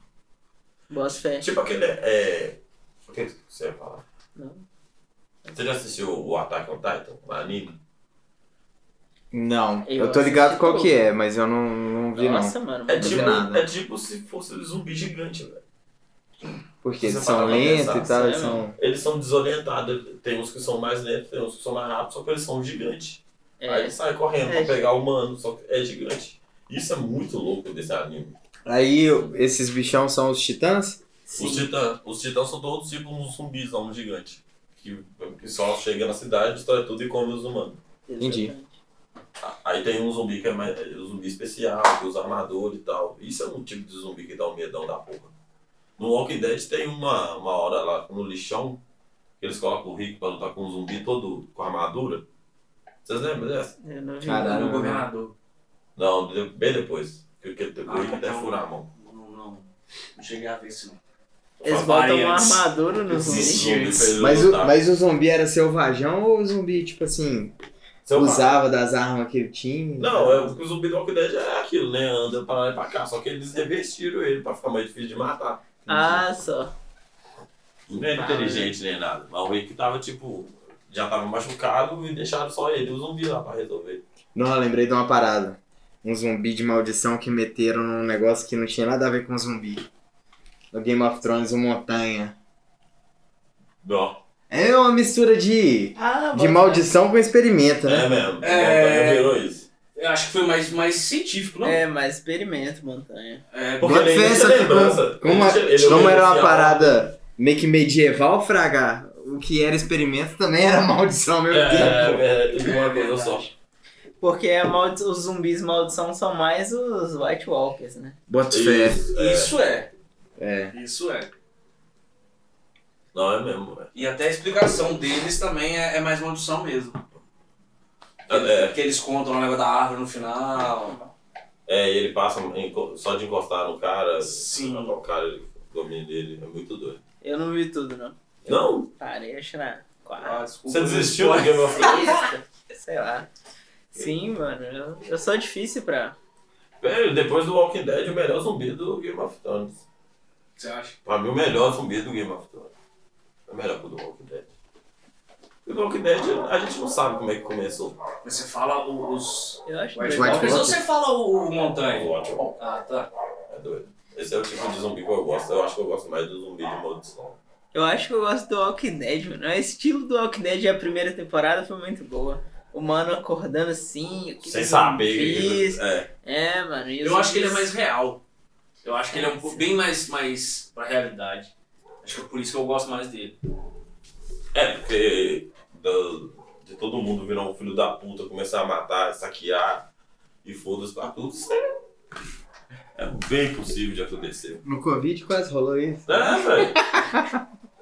Speaker 2: Boss fé.
Speaker 1: Tipo aquele. É. O que você ia falar?
Speaker 2: Não.
Speaker 1: Você já assistiu o Attack on Titan? O anime?
Speaker 3: Não,
Speaker 2: Eu
Speaker 3: eu, tô ligado
Speaker 2: assisti
Speaker 3: qual que
Speaker 2: tudo.
Speaker 3: é, mas eu não, não vi
Speaker 2: Nossa, mano.
Speaker 1: É
Speaker 2: mas-
Speaker 1: tipo,
Speaker 3: nada.
Speaker 1: é tipo se fosse um zumbi gigante, velho.
Speaker 3: não. Porque eles
Speaker 1: Você
Speaker 3: são
Speaker 1: para pra
Speaker 3: lentos
Speaker 1: pensar,
Speaker 3: e tal, eles
Speaker 2: sério?
Speaker 3: são...
Speaker 1: Eles são desorientados. Tem uns que são mais lentos, tem uns que são mais rápidos, só que eles são gigantes. Aí
Speaker 2: É,
Speaker 1: eles saem correndo
Speaker 2: É.
Speaker 1: pra pegar o humano, só que é gigante. Isso é muito louco desse anime.
Speaker 3: Aí esses bichão são os titãs?
Speaker 1: Os
Speaker 2: sim.
Speaker 1: titãs, os titãs são todos tipo uns zumbis, um gigante. Que, que só chega na cidade, destrói tudo e come os humanos.
Speaker 3: Entendi.
Speaker 2: exatamente.
Speaker 1: Aí tem um zumbi que é mais, um zumbi especial, que usa armadura e tal. Isso é um tipo de zumbi que dá um medão da porra. No Walking Dead tem uma, uma hora lá no lixão, que eles colocam o Rick pra lutar com um zumbi todo com armadura. Vocês lembram dessa?
Speaker 2: Eu não vi.
Speaker 3: Caralho.
Speaker 4: o governador.
Speaker 1: Não, de- bem depois. Que, que, que o Rick
Speaker 4: Ah,
Speaker 1: até
Speaker 4: então-
Speaker 1: furar a mão.
Speaker 4: Não, não. Não cheguei a ver isso, não.
Speaker 2: Eles botam uma
Speaker 4: Variantes.
Speaker 2: armadura no zumbi.
Speaker 4: Existe.
Speaker 1: Zumbi pra ele
Speaker 3: Mas o,
Speaker 1: lutar.
Speaker 3: mas o zumbi era selvajão ou o zumbi, tipo assim,
Speaker 1: Seu
Speaker 3: usava das armas que ele tinha?
Speaker 1: Não, é, o zumbi do Walking Dead é aquilo, né? Anda pra lá e pra cá. Só que eles revestiram ele pra ficar mais difícil de matar.
Speaker 2: Ah, só.
Speaker 1: Não era inteligente nem nada. Mas o Rick tava tipo. Já tava machucado e deixaram só ele, e o zumbi lá pra resolver.
Speaker 3: Não, eu lembrei de uma parada. Um zumbi de maldição que meteram num negócio que não tinha nada a ver com zumbi. No Game of Thrones, o Montanha.
Speaker 1: Não.
Speaker 3: É uma mistura de,
Speaker 2: Ah,
Speaker 3: de
Speaker 2: boss
Speaker 3: maldição com experimento,
Speaker 1: É
Speaker 3: né?
Speaker 1: mesmo.
Speaker 4: É.
Speaker 1: Montanha virou isso.
Speaker 4: Eu acho que foi mais, mais científico, não?
Speaker 2: É, mas experimento, montanha.
Speaker 4: É,
Speaker 1: Porque
Speaker 3: Bota
Speaker 1: ele
Speaker 3: fé,
Speaker 1: ainda
Speaker 3: só
Speaker 1: tem
Speaker 3: que
Speaker 1: lembrança.
Speaker 3: como, como, a-
Speaker 1: Ele- ele é
Speaker 3: como
Speaker 1: um
Speaker 3: era uma
Speaker 1: policial.
Speaker 3: parada meio que medieval, fraga, o que era experimento também era [LAUGHS] maldição ao
Speaker 1: É,
Speaker 3: mesmo tempo.
Speaker 1: é, é, de uma
Speaker 4: É
Speaker 1: coisa
Speaker 4: verdade.
Speaker 1: só.
Speaker 2: Porque a maldi- os zumbis maldição são mais os White Walkers, né?
Speaker 3: Bota fé.
Speaker 1: Isso.
Speaker 4: Isso é.
Speaker 3: É.
Speaker 4: Isso é.
Speaker 1: Não, é mesmo. é.
Speaker 4: E até a explicação deles também é, é mais maldição mesmo.
Speaker 1: É.
Speaker 4: Que eles contam o negócio da árvore no final.
Speaker 1: É, ele passa enco- só de encostar no cara,
Speaker 4: Sim.
Speaker 1: o cara, ele domina dele. É muito doido.
Speaker 2: Eu não vi tudo, não.
Speaker 1: Não,
Speaker 2: Parei, acho que na quarta,
Speaker 4: [LAUGHS] Ah, desculpa.
Speaker 1: você desistiu do Game of Thrones?
Speaker 2: sexta, sei lá. Sim, mano, eu, eu sou difícil pra...
Speaker 1: Velho, depois do Walking Dead, o melhor zumbi do Game of Thrones.
Speaker 4: Você acha?
Speaker 1: Pra mim, o melhor zumbi do Game of Thrones. É melhor que o do Walking Dead. E o do Walking Dead, a gente não sabe como é que começou.
Speaker 4: Mas Você fala o- os.
Speaker 2: Eu acho
Speaker 4: White
Speaker 2: doido.
Speaker 3: Walkers.
Speaker 4: Walkers ou você fala o, o
Speaker 1: O
Speaker 4: Montanha?
Speaker 1: Watchmen
Speaker 4: Ah, tá.
Speaker 1: é doido. Esse é o tipo de zumbi que eu gosto. Eu acho que eu gosto mais do zumbi de maldição.
Speaker 2: Eu acho que eu gosto do Walking Dead, mano. O estilo do Walking Dead a primeira temporada foi muito boa. O mano acordando assim, o que
Speaker 1: Sem
Speaker 2: que
Speaker 1: saber.
Speaker 2: zumbis-
Speaker 1: que- É.
Speaker 2: É, mano. e os
Speaker 4: Eu acho que ele é
Speaker 2: zumbis-
Speaker 4: mais real. Eu acho que ele é um pouco bem mais, mais pra realidade. Acho que é por isso que eu gosto mais dele.
Speaker 1: É, porque do- de todo mundo virar um filho da puta, começar a matar, saquear e foda-se pra tudo, isso é, é bem possível de acontecer.
Speaker 3: No Covid quase rolou isso.
Speaker 1: É, [LAUGHS] velho.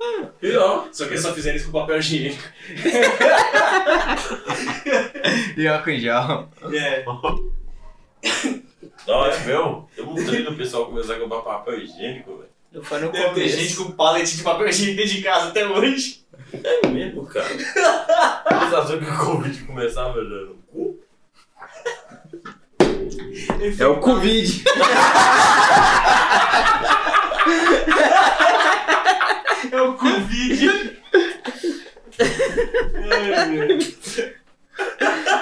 Speaker 1: É, Pior.
Speaker 4: Só que eles só fizeram isso com papel higiênico.
Speaker 3: E álcool em gel.
Speaker 4: [LAUGHS] É.
Speaker 1: Não, é meu. Eu não treino o pessoal começar a comprar papel higiênico, velho.
Speaker 2: Eu fui no
Speaker 4: Deve ter
Speaker 2: começo.
Speaker 4: gente com palete de papel higiênico dentro de casa até hoje. [LAUGHS]
Speaker 1: É mesmo, cara. Vocês acham que o Covid começava já no cu?
Speaker 3: É
Speaker 1: [LAUGHS]
Speaker 3: o Covid.
Speaker 4: É o Covid.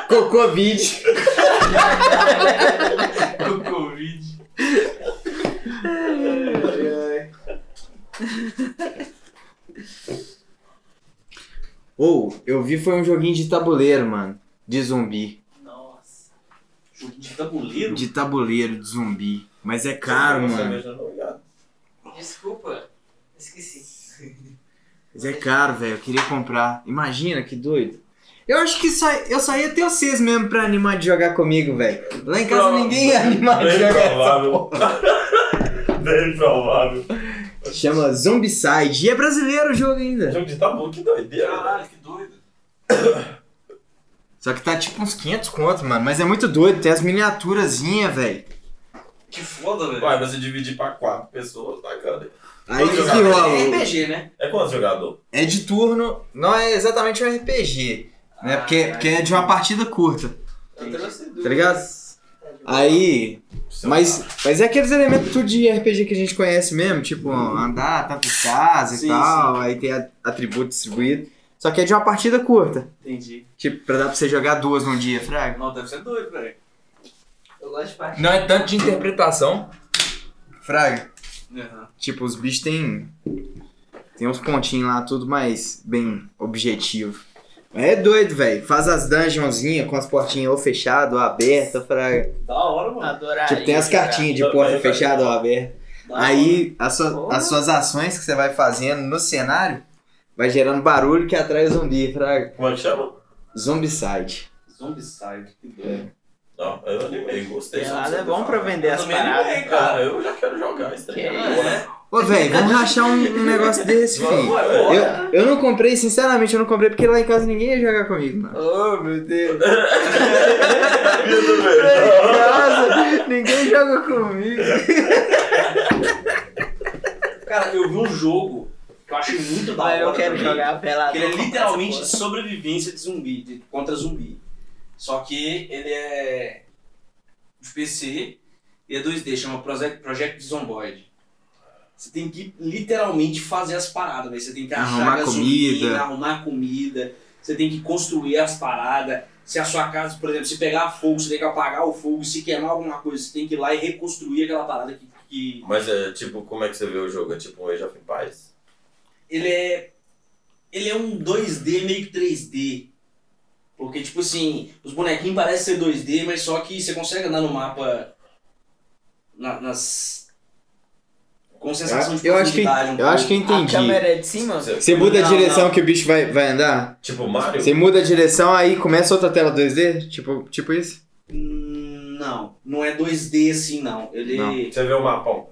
Speaker 3: Cocovid.
Speaker 4: É o Covid.
Speaker 3: Ou, eu vi foi um joguinho de tabuleiro, mano. De zumbi.
Speaker 2: Nossa.
Speaker 4: Joguinho de tabuleiro?
Speaker 3: De tabuleiro, de zumbi. Mas é caro,
Speaker 1: Você
Speaker 3: mano.
Speaker 1: veja no olhar.
Speaker 2: Desculpa. Esqueci.
Speaker 3: Mas é caro, velho. Eu queria comprar. Imagina que doido. Eu acho que só, eu só ia ter vocês mesmo pra animar de jogar comigo, velho. Lá em casa
Speaker 1: Prova-
Speaker 3: ninguém ia animar de
Speaker 1: Bem
Speaker 3: jogar. essa
Speaker 1: provável. [LAUGHS] Bem provável.
Speaker 3: porra. Chama Zombicide. E é brasileiro o jogo ainda.
Speaker 1: Jogo de tabu, que doideira. né?
Speaker 4: Caralho, que doido.
Speaker 3: Só que tá tipo uns 500 conto, mano. Mas é muito doido. Tem as miniaturazinhas, velho.
Speaker 4: Que foda, velho.
Speaker 1: Vai, você dividir pra quatro pessoas, bacana.
Speaker 3: Aí o
Speaker 1: Vamos jogar
Speaker 3: que que
Speaker 4: É
Speaker 3: rola?
Speaker 4: RPG, né?
Speaker 1: É quantos jogador?
Speaker 3: É de turno. Não é exatamente um RPG. Né?
Speaker 4: Ah,
Speaker 3: Porque,
Speaker 4: tá.
Speaker 3: porque é de uma partida curta.
Speaker 2: Eu trouxe duas.
Speaker 3: Tá ligado? Aí, Mas, mas é aqueles elementos tudo de RPG que a gente conhece mesmo, tipo andar, tanto de casa e
Speaker 4: Sim,
Speaker 3: tal, aí tem a- atributo distribuído. Só que é de uma partida curta.
Speaker 4: Entendi.
Speaker 3: Tipo, pra dar pra você jogar duas num dia, fraga.
Speaker 4: Não, deve ser doido, velho.
Speaker 2: Eu gosto de partir.
Speaker 3: Não é tanto de interpretação. Fraga.
Speaker 4: Aham.
Speaker 3: Tipo, os bichos tem. Tem uns pontinhos lá, tudo mais bem objetivo. Mas é doido, velho. Faz as dungeonzinhas com as portinhas ou fechadas ou abertas, fraga.
Speaker 4: Da hora, mano.
Speaker 2: Adoraria.
Speaker 3: Tipo, tem as
Speaker 2: jogar.
Speaker 3: cartinhas de
Speaker 1: Também,
Speaker 3: porta
Speaker 1: velho.
Speaker 3: fechada ou aberta.
Speaker 4: Da
Speaker 3: Aí as, sua-
Speaker 2: Porra.
Speaker 3: as suas ações que você vai fazendo no cenário vai gerando barulho que atrai zumbi, fraga.
Speaker 1: Como é que chama?
Speaker 3: Zombicide.
Speaker 4: hora. Zombicide, que doido.
Speaker 1: Não, eu animei, gostei. só
Speaker 2: Pelada
Speaker 1: de
Speaker 2: é bom
Speaker 1: falar.
Speaker 2: pra vender
Speaker 4: Eu
Speaker 2: as
Speaker 4: também animei,
Speaker 2: paradas. tá?
Speaker 1: Cara, eu já quero jogar isso
Speaker 2: Que
Speaker 1: daí. agora.
Speaker 4: É,
Speaker 3: Ô, velho, vamos rachar um, um negócio
Speaker 4: [LAUGHS]
Speaker 3: desse, filho.
Speaker 1: Ué,
Speaker 4: Vamos,
Speaker 1: ué.
Speaker 3: Eu, eu não comprei, sinceramente, eu não comprei porque lá em casa ninguém ia jogar comigo, mano.
Speaker 2: Oh, meu Deus.
Speaker 1: Tudo
Speaker 3: Lá
Speaker 1: bem.
Speaker 3: em casa, ninguém joga
Speaker 4: É,
Speaker 3: comigo.
Speaker 4: Cara, eu vi um jogo que eu achei muito da hora.
Speaker 2: Mas eu quero
Speaker 4: também,
Speaker 2: jogar pelada.
Speaker 4: Que ele é literalmente sobrevivência de zumbi, de- contra zumbi. Só que ele é de PC e é 2D, chama Project, Project Zomboid. Você tem que literalmente fazer as paradas, velho. Você tem que achar
Speaker 3: Arrumar
Speaker 4: gasolina,
Speaker 3: comida.
Speaker 4: arrumar comida, você tem que construir as paradas. Se a sua casa, por exemplo, se pegar fogo, você tem que apagar o fogo, se queimar alguma coisa, você tem que ir lá e reconstruir aquela parada que- que
Speaker 1: Mas é tipo, como é que você vê o jogo? É tipo um Age of Empires?
Speaker 4: ele é ele é um 2D meio que 3D. Porque tipo assim, os bonequinhos parecem ser 2D, mas só que você consegue andar no mapa na- nas com sensação de
Speaker 3: Eu acho que,
Speaker 4: profundidade. um
Speaker 3: eu acho que eu
Speaker 4: pouco.
Speaker 2: A
Speaker 3: entendi.
Speaker 2: câmera é de cima?
Speaker 1: Você-
Speaker 3: Você muda a
Speaker 4: Não,
Speaker 3: direção
Speaker 4: não.
Speaker 3: que o bicho vai, vai andar?
Speaker 1: Tipo Mario?
Speaker 3: Você muda a direção, aí começa outra tela 2D? Tipo, tipo isso?
Speaker 4: Hum, Não, não é 2D assim não. Ele
Speaker 3: Não.
Speaker 1: Você vê o mapão.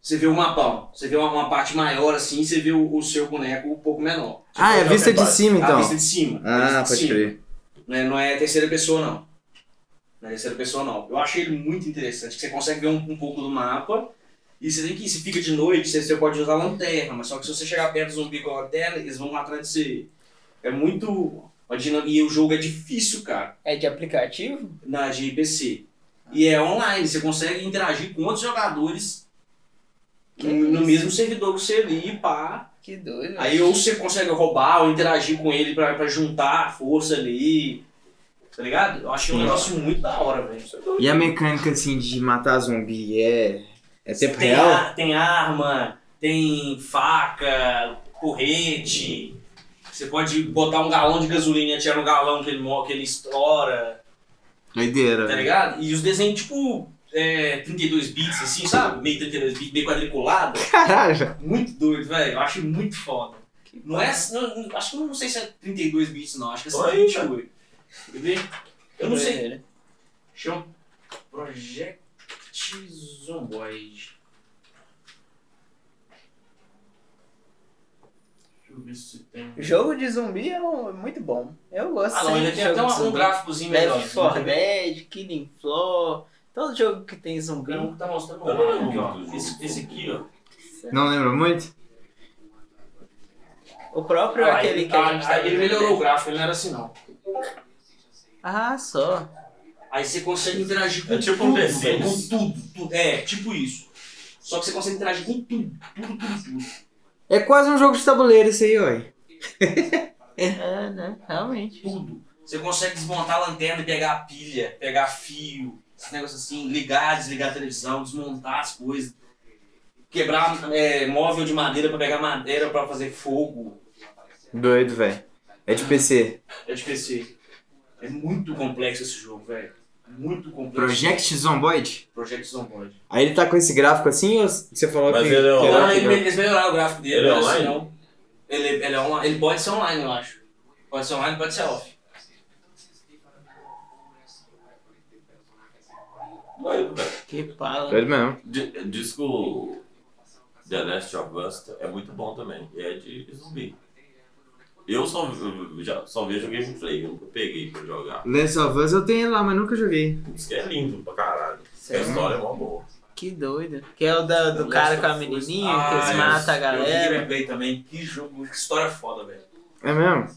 Speaker 4: você vê o mapão, você vê uma, uma parte maior assim, você vê o, o seu boneco um pouco menor.
Speaker 3: Ah, é vista de cima,
Speaker 4: A
Speaker 3: então.
Speaker 4: vista de cima. a vista
Speaker 3: Ah,
Speaker 4: de
Speaker 3: pode
Speaker 4: cima.
Speaker 3: crer.
Speaker 4: Não é, não é terceira pessoa, não. Não é terceira pessoa, não. Eu achei ele muito interessante, que você consegue ver um, um pouco do mapa. E você tem que, se fica de noite, você, você pode usar lanterna, mas só que se você chegar perto do zumbi com a lanterna, eles vão atrás de você. É muito. uma dinam- E o jogo é difícil, cara,
Speaker 2: É de aplicativo?
Speaker 4: na de PC. E é online, você consegue interagir com outros jogadores
Speaker 2: Que
Speaker 4: no, no
Speaker 2: isso.
Speaker 4: mesmo servidor que você ali, pá.
Speaker 2: Que doido.
Speaker 4: Aí ou você consegue roubar ou interagir com ele pra, pra juntar a força ali. Tá ligado? Eu achei um
Speaker 3: Sim.
Speaker 4: negócio muito da hora, velho.
Speaker 3: E a mecânica assim de matar zumbi é. É tempo
Speaker 4: tem,
Speaker 3: real?
Speaker 4: ar- tem arma, tem faca, corrente. Você pode botar um galão de gasolina e atirar um galão que ele, mo- que ele estoura,
Speaker 3: Doideira.
Speaker 4: tá
Speaker 3: velho.
Speaker 4: ligado? E os desenhos, tipo, é, 32 bits, assim, sabe? Meio 32 bits, meio quadriculado.
Speaker 3: Caralho.
Speaker 4: Muito doido, velho. Eu acho muito foda. Não é. Não, não- acho que eu não sei se é 32 bits, não. Acho que é
Speaker 1: Olha
Speaker 4: 128. Quer ver? Eu não sei.
Speaker 2: Doideira.
Speaker 4: Chama Project Zomboid. Deixa eu ver se tem.
Speaker 2: Jogo de zumbi é um- é muito bom. Eu gosto
Speaker 4: Ah, não,
Speaker 2: sempre
Speaker 4: ele
Speaker 2: de
Speaker 4: tem
Speaker 2: jogo
Speaker 4: até
Speaker 2: de
Speaker 4: um, um
Speaker 2: zumbi.
Speaker 4: gráficozinho melhor.
Speaker 2: Left 4
Speaker 4: Né?
Speaker 2: Dead, Killing Floor, todo jogo que tem zumbi.
Speaker 4: Tá mostrando
Speaker 1: Eu não
Speaker 4: um aqui,
Speaker 1: lembro
Speaker 4: ó.
Speaker 1: do
Speaker 4: Esse,
Speaker 1: jogo.
Speaker 4: esse aqui, ó.
Speaker 3: Não lembro muito?
Speaker 2: O próprio
Speaker 4: Ah,
Speaker 2: aquele
Speaker 4: ele,
Speaker 2: que a
Speaker 4: ah,
Speaker 2: gente tá
Speaker 4: ele
Speaker 2: vendo.
Speaker 4: melhorou o gráfico, ele não era assim, não.
Speaker 2: Ah, só.
Speaker 4: Aí você consegue interagir com
Speaker 1: É tipo um
Speaker 4: tudo,
Speaker 1: The
Speaker 4: velho, com
Speaker 1: Sims.
Speaker 4: tudo, tudo. É, tipo isso. Só que você consegue interagir com tudo, tudo, tudo, tudo.
Speaker 3: É quase um jogo de tabuleiro isso aí, ué.
Speaker 2: É, né? Realmente.
Speaker 4: tudo. Você consegue desmontar a lanterna e pegar a pilha, pegar fio, esse negócio assim, ligar, desligar a televisão, desmontar as coisas, quebrar é, móvel de madeira pra pegar madeira pra fazer fogo.
Speaker 3: Doido, velho. É de PC.
Speaker 4: É de PC. É muito complexo esse jogo, velho. Muito complexo.
Speaker 3: Project Zomboid?
Speaker 4: Project Zomboid.
Speaker 3: Aí ele tá com esse gráfico assim ou você falou
Speaker 1: Mas
Speaker 3: que.
Speaker 1: ele é
Speaker 3: que
Speaker 1: online,
Speaker 4: Não,
Speaker 3: que
Speaker 4: ele, eles melhoraram o gráfico dele.
Speaker 1: Ele é
Speaker 4: não assim,
Speaker 1: online?
Speaker 4: não. Ele, ele, é online. ele pode ser online, eu acho. Pode ser online, pode ser off.
Speaker 1: Doido, velho.
Speaker 2: Que pala.
Speaker 3: Doido mesmo.
Speaker 1: Di- Disco The Last of Us é muito bom também. E é de zumbi. Eu só, eu já, só vi joguei gameplay, eu nunca peguei pra jogar.
Speaker 3: Last of Us eu tenho ele lá, mas nunca joguei.
Speaker 1: Isso que é lindo pra caralho. A
Speaker 2: Sério?
Speaker 1: história é mó boa.
Speaker 2: Que doido. Que é o da- do cara com a menininha, que
Speaker 4: Ah,
Speaker 2: eles
Speaker 4: eu-
Speaker 2: matam a
Speaker 4: Eu vi
Speaker 2: galera.
Speaker 4: gameplay também. Que jogo, que história foda, velho.
Speaker 3: É mesmo?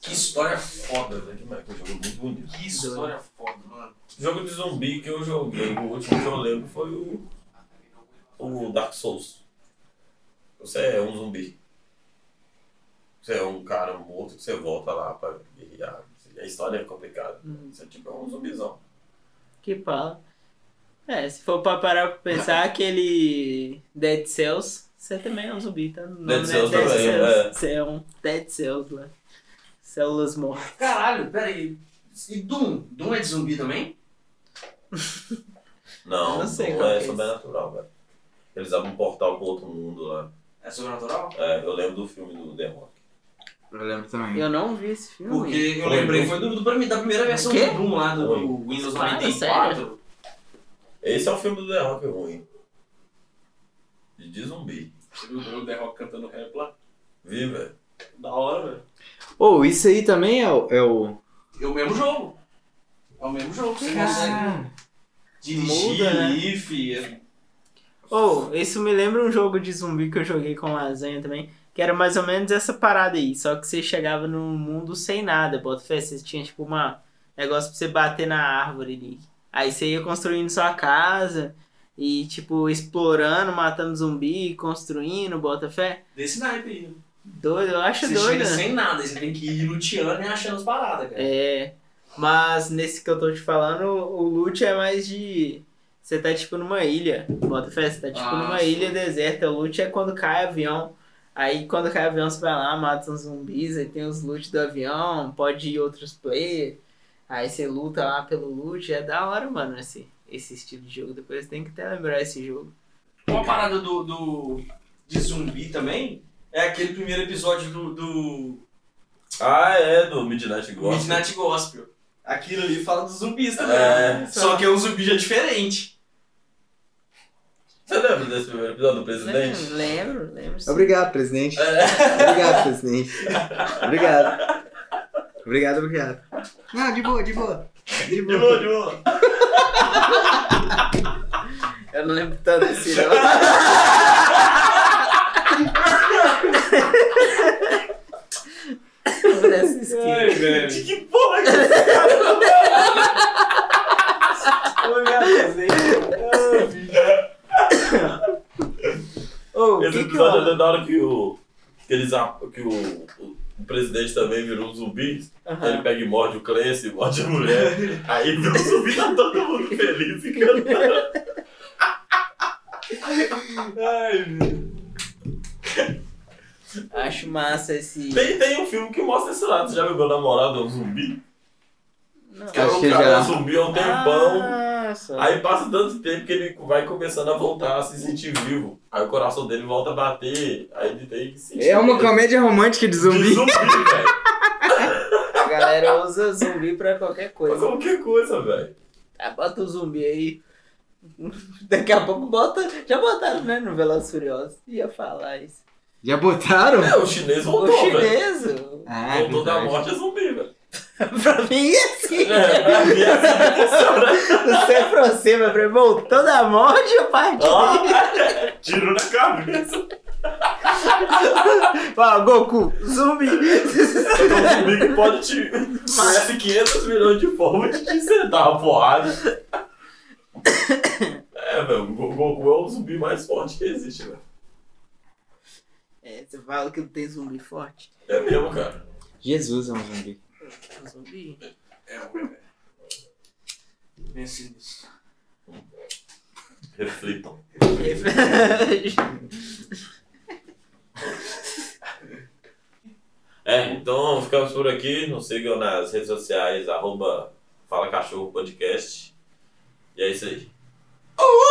Speaker 4: Que história foda, velho.
Speaker 1: Demais, que é um jogo muito bonito.
Speaker 4: Que história foda, mano.
Speaker 1: Jogo de zumbi que eu joguei, o último que eu lembro foi o. O Dark Souls. Você é um zumbi. Você é um cara morto que você volta lá pra guerrear. A história é complicada.
Speaker 2: Hum.
Speaker 1: Você é tipo um zumbizão.
Speaker 2: Que pala. É, se for pra parar pra pensar,
Speaker 4: [LAUGHS]
Speaker 2: aquele Dead Cells, você também é um zumbi, tá? No
Speaker 1: Dead
Speaker 2: nome, né?
Speaker 1: Cells também, é.
Speaker 2: Você é um Dead Cells lá. Células mortas.
Speaker 4: Caralho, pera aí. E Doom? Doom é de zumbi também?
Speaker 1: Não,
Speaker 2: Eu não sei
Speaker 1: não
Speaker 2: qual
Speaker 1: é
Speaker 2: que é
Speaker 1: sobrenatural, velho. Eles abrem um portal pro outro mundo lá.
Speaker 4: É sobrenatural?
Speaker 1: É, eu lembro do filme do The Rock.
Speaker 3: Eu lembro também.
Speaker 2: Eu não vi esse filme.
Speaker 4: Porque eu
Speaker 1: Foi
Speaker 4: lembrei,
Speaker 1: Doom.
Speaker 4: foi do, do- pra mim, da primeira versão
Speaker 2: Quê?
Speaker 4: do Doom lá, do,
Speaker 1: Foi.
Speaker 4: do Windows
Speaker 2: Claro,
Speaker 4: 94.
Speaker 1: Esse é o filme do The Rock ruim. De de zumbi.
Speaker 4: Você viu o The Rock cantando rap lá?
Speaker 1: Vi, velho.
Speaker 4: Da hora, velho.
Speaker 3: Ou isso aí também é o. É o...
Speaker 4: É o mesmo jogo. É o mesmo jogo. Você consegue
Speaker 3: Caralho.
Speaker 4: dirigir,
Speaker 2: muda, né?
Speaker 4: if, é-
Speaker 2: Ou, isso me lembra um jogo de zumbi que eu joguei com lasanha também, que era mais ou menos essa parada aí, só que você chegava num mundo sem nada, bota fé, você tinha tipo uma negócio pra você bater na árvore ali. Aí você ia construindo sua casa e tipo explorando, matando zumbi, construindo, bota fé.
Speaker 4: desse naipe aí. né?
Speaker 2: Doido, eu acho
Speaker 4: Você
Speaker 2: doido.
Speaker 4: chega
Speaker 2: né?
Speaker 4: sem nada, aí você tem que ir luteando e achando as paradas, cara.
Speaker 2: É, mas nesse que eu tô te falando, o loot é mais de. Você tá tipo numa ilha, bota fé, você tá tipo
Speaker 4: Ah,
Speaker 2: numa
Speaker 4: sim.
Speaker 2: ilha deserta. O loot é quando cai avião. Aí quando cai avião, você vai lá, mata uns zumbis, aí tem os loot do avião, pode ir outros players. Aí você luta lá pelo loot, é da hora, mano, esse, esse estilo de jogo. Depois tem que até lembrar esse jogo.
Speaker 4: Uma parada do, do- de zumbi também é aquele primeiro episódio do, do
Speaker 1: Ah, é, do Midnight Gospel.
Speaker 4: Midnight Gospel. Aquilo ali fala dos zumbis também.
Speaker 1: É.
Speaker 4: Só que é um zumbi já diferente.
Speaker 1: Você lembra desse primeiro episódio do presidente?
Speaker 2: Lembro, lembro, lembro. sim.
Speaker 3: Obrigado, presidente.
Speaker 1: É.
Speaker 3: Obrigado, presidente. Obrigado. Obrigado, obrigado. Não, de boa, de boa. De
Speaker 1: De
Speaker 3: boa.
Speaker 1: boa, de boa.
Speaker 2: Eu não lembro tanto assim, não. Dessa esquina.
Speaker 1: De que porra que é
Speaker 2: [LAUGHS] Ô, o
Speaker 1: Esse
Speaker 2: que que
Speaker 1: episódio
Speaker 2: eu...
Speaker 1: é da hora que o. Que, eles, a- que o, o, o presidente também virou um zumbi. Então Ele
Speaker 2: Aham.
Speaker 1: pega e morde o Clancy, morde a mulher. Aí vira um zumbi tá todo mundo feliz e cantando.
Speaker 4: Ai, meu.
Speaker 2: Acho massa esse...
Speaker 1: Tem, tem um filme que mostra esse lado. Você já viu meu namorado é um zumbi?
Speaker 2: Não.
Speaker 1: Que é
Speaker 3: Acho
Speaker 1: um
Speaker 3: que
Speaker 1: cara
Speaker 3: já.
Speaker 1: um zumbi há um
Speaker 2: Ah.
Speaker 1: tempão.
Speaker 2: Nossa.
Speaker 1: Aí passa tanto tempo que ele vai começando a voltar a se sentir vivo. Aí o coração dele volta a bater. Aí ele tem que se sentir.
Speaker 3: É uma comédia romântica de
Speaker 1: de
Speaker 3: zumbi.
Speaker 1: zumbi, velho.
Speaker 2: A galera usa zumbi pra qualquer
Speaker 1: Pra
Speaker 2: coisa.
Speaker 1: é qualquer coisa, velho.
Speaker 2: Ah, bota o zumbi aí. Daqui a pouco bota... Já botaram, né, no Velozes e Furiosos. Ia falar isso.
Speaker 3: Já botaram?
Speaker 1: É, o chinês
Speaker 2: O
Speaker 1: voltou, velho.
Speaker 2: chinês... o-
Speaker 3: Ah,
Speaker 1: Voltou da
Speaker 3: verdade.
Speaker 1: morte é zumbi, velho.
Speaker 2: pra mim, é assim.
Speaker 1: É, pra mim é assim que funciona.
Speaker 2: Não sei pra você, mas pra mim, voltou da morte, eu parti.
Speaker 1: Ó, Tiro na cabeça.
Speaker 2: Fala, Goku, zumbi.
Speaker 1: É um zumbi que pode te. Parece 500 milhões de formas de te sentar uma porrada. É, velho. O Go- Goku é o zumbi mais forte que existe, velho.
Speaker 2: É, você fala que não tem zumbi forte.
Speaker 1: É mesmo, cara.
Speaker 3: Jesus é um zumbi.
Speaker 2: Zumbi? [LAUGHS]
Speaker 4: É, velho. Pense nisso.
Speaker 1: Reflitam. É, então ficamos por aqui. Nos sigam nas redes sociais, arroba Fala Cachorro Podcast. E é isso aí.